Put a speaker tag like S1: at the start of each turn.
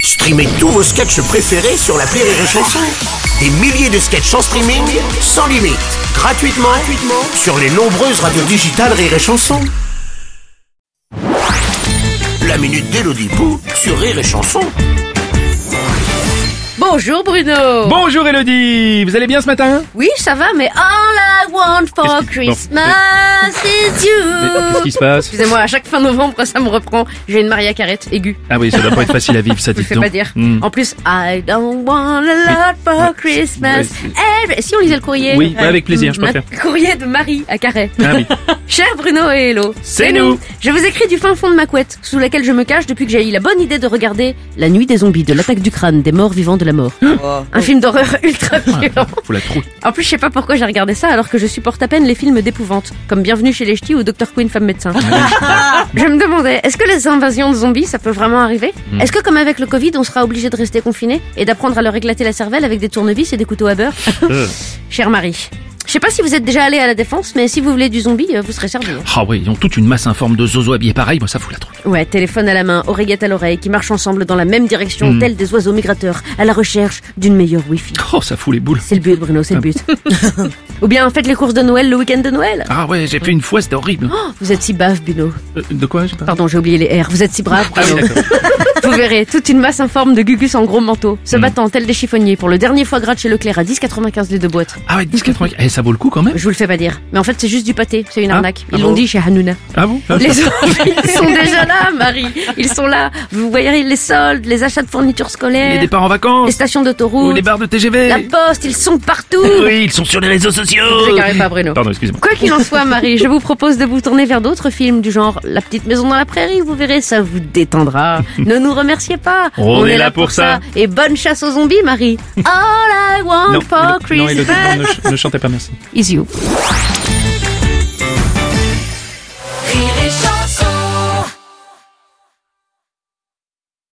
S1: Streamez tous vos sketchs préférés sur la Rire et Chanson. Des milliers de sketchs en streaming, sans limite, gratuitement, gratuitement sur les nombreuses radios digitales Rire et Chanson. La minute d'Elodipou sur Rire et Chanson.
S2: Bonjour Bruno
S3: Bonjour Elodie, vous allez bien ce matin
S2: Oui, ça va, mais all I want for
S3: Qu'est-ce qui-
S2: Christmas is
S3: Qu'est-ce qui
S2: you
S3: se passe
S2: Excusez-moi, à chaque fin novembre, ça me reprend. J'ai une Maria Carrette aiguë,
S3: Ah oui, ça doit pas être facile à vivre, ça
S2: je le
S3: dites
S2: fais
S3: donc.
S2: pas dire.
S3: Hmm.
S2: En plus, I don't want a lot for Christmas.
S3: Ouais,
S2: Eh, Si on lisait le courrier
S3: Oui, ouais, avec plaisir, je
S2: Ma-
S3: préfère.
S2: Courrier de Marie à Carré.
S3: Ah oui.
S2: Cher Bruno et Hello,
S3: C'est nous.
S2: Je vous écris du fin fond de ma couette, sous laquelle je me cache depuis que j'ai eu la bonne idée de regarder La nuit des zombies, de l'attaque du crâne, des morts vivants de la mort. Un film d'horreur ultra
S3: Ah.
S2: violent.
S3: Faut la trouille.
S2: En plus, je sais pas pourquoi j'ai regardé ça alors que je supporte à peine les films d'épouvante, comme Bienvenue chez les Ch'tis ou Dr Queen femme médecin.
S3: Ah
S2: je me demandais, est-ce que les invasions de zombies, ça peut vraiment arriver Est-ce que comme avec le Covid, on sera obligé de rester confiné et d'apprendre à leur éclater la cervelle avec des tournevis et des couteaux à beurre
S3: Euh.
S2: Chère Marie, je sais pas si vous êtes déjà allé à la défense, mais si vous voulez du zombie, euh, vous serez servi. hein.
S3: Ah oui, ils ont toute une masse informe de zozo habillés pareil, moi ça fout la trouille.
S2: Ouais, téléphone à la main, oreillette à l'oreille, qui marchent ensemble dans la même direction,
S3: Mm.
S2: tels des oiseaux migrateurs, à la recherche d'une meilleure Wi-Fi.
S3: Oh, ça fout les boules.
S2: C'est le but, Bruno, c'est le but. Ou bien faites les courses de Noël le week-end de Noël.
S3: Ah ouais, j'ai fait une fois, c'était horrible.
S2: Vous êtes si bave, Bruno.
S3: Euh, de quoi j'ai pas
S2: Pardon, j'ai oublié les R. Vous êtes si brave,
S3: Ah oui,
S2: Bruno.
S3: d'accord.
S2: Vous verrez, toute une masse informe de gugus en gros manteau, se
S3: Mm.
S2: battant tel des chiffonniers pour le dernier foie gras de chez Leclerc à 10,95 les deux boîtes.
S3: Ah ouais, 10,95. Eh, ça vaut le coup quand même
S2: Je vous le fais pas dire. Mais en fait, c'est juste du pâté. C'est une
S3: Ah,
S2: arnaque.
S3: ah
S2: Ils l'ont
S3: bon
S2: dit chez Hanouna.
S3: Ah bon Ah,
S2: Les zombies sont déjà là, Marie. Ils sont là. Vous voyez les soldes, les achats de fournitures
S3: Les
S2: scolaires,
S3: départs en
S2: les
S3: vacances
S2: stations
S3: Ou
S2: d'autoroute,
S3: les barres de
S2: la
S3: TGV
S2: poste, ils sont partout.
S3: Oui, ils sont sur les réseaux sociaux
S2: Vous égarez pas, Bruno.
S3: Pardon, excusez-moi.
S2: Quoi qu'il en soit, Marie, je vous propose de vous tourner vers d'autres films du genre La petite maison dans la prairie, vous verrez, ça vous détendra. ne nous remerciez pas.
S3: On est là pour ça.
S2: Et bonne chasse aux zombies, Marie. All I want
S3: Non,
S2: for
S3: Elodie, non, Elodie,
S2: Christmas
S3: non, ne ch- ne chantez pas, merci.
S2: is you.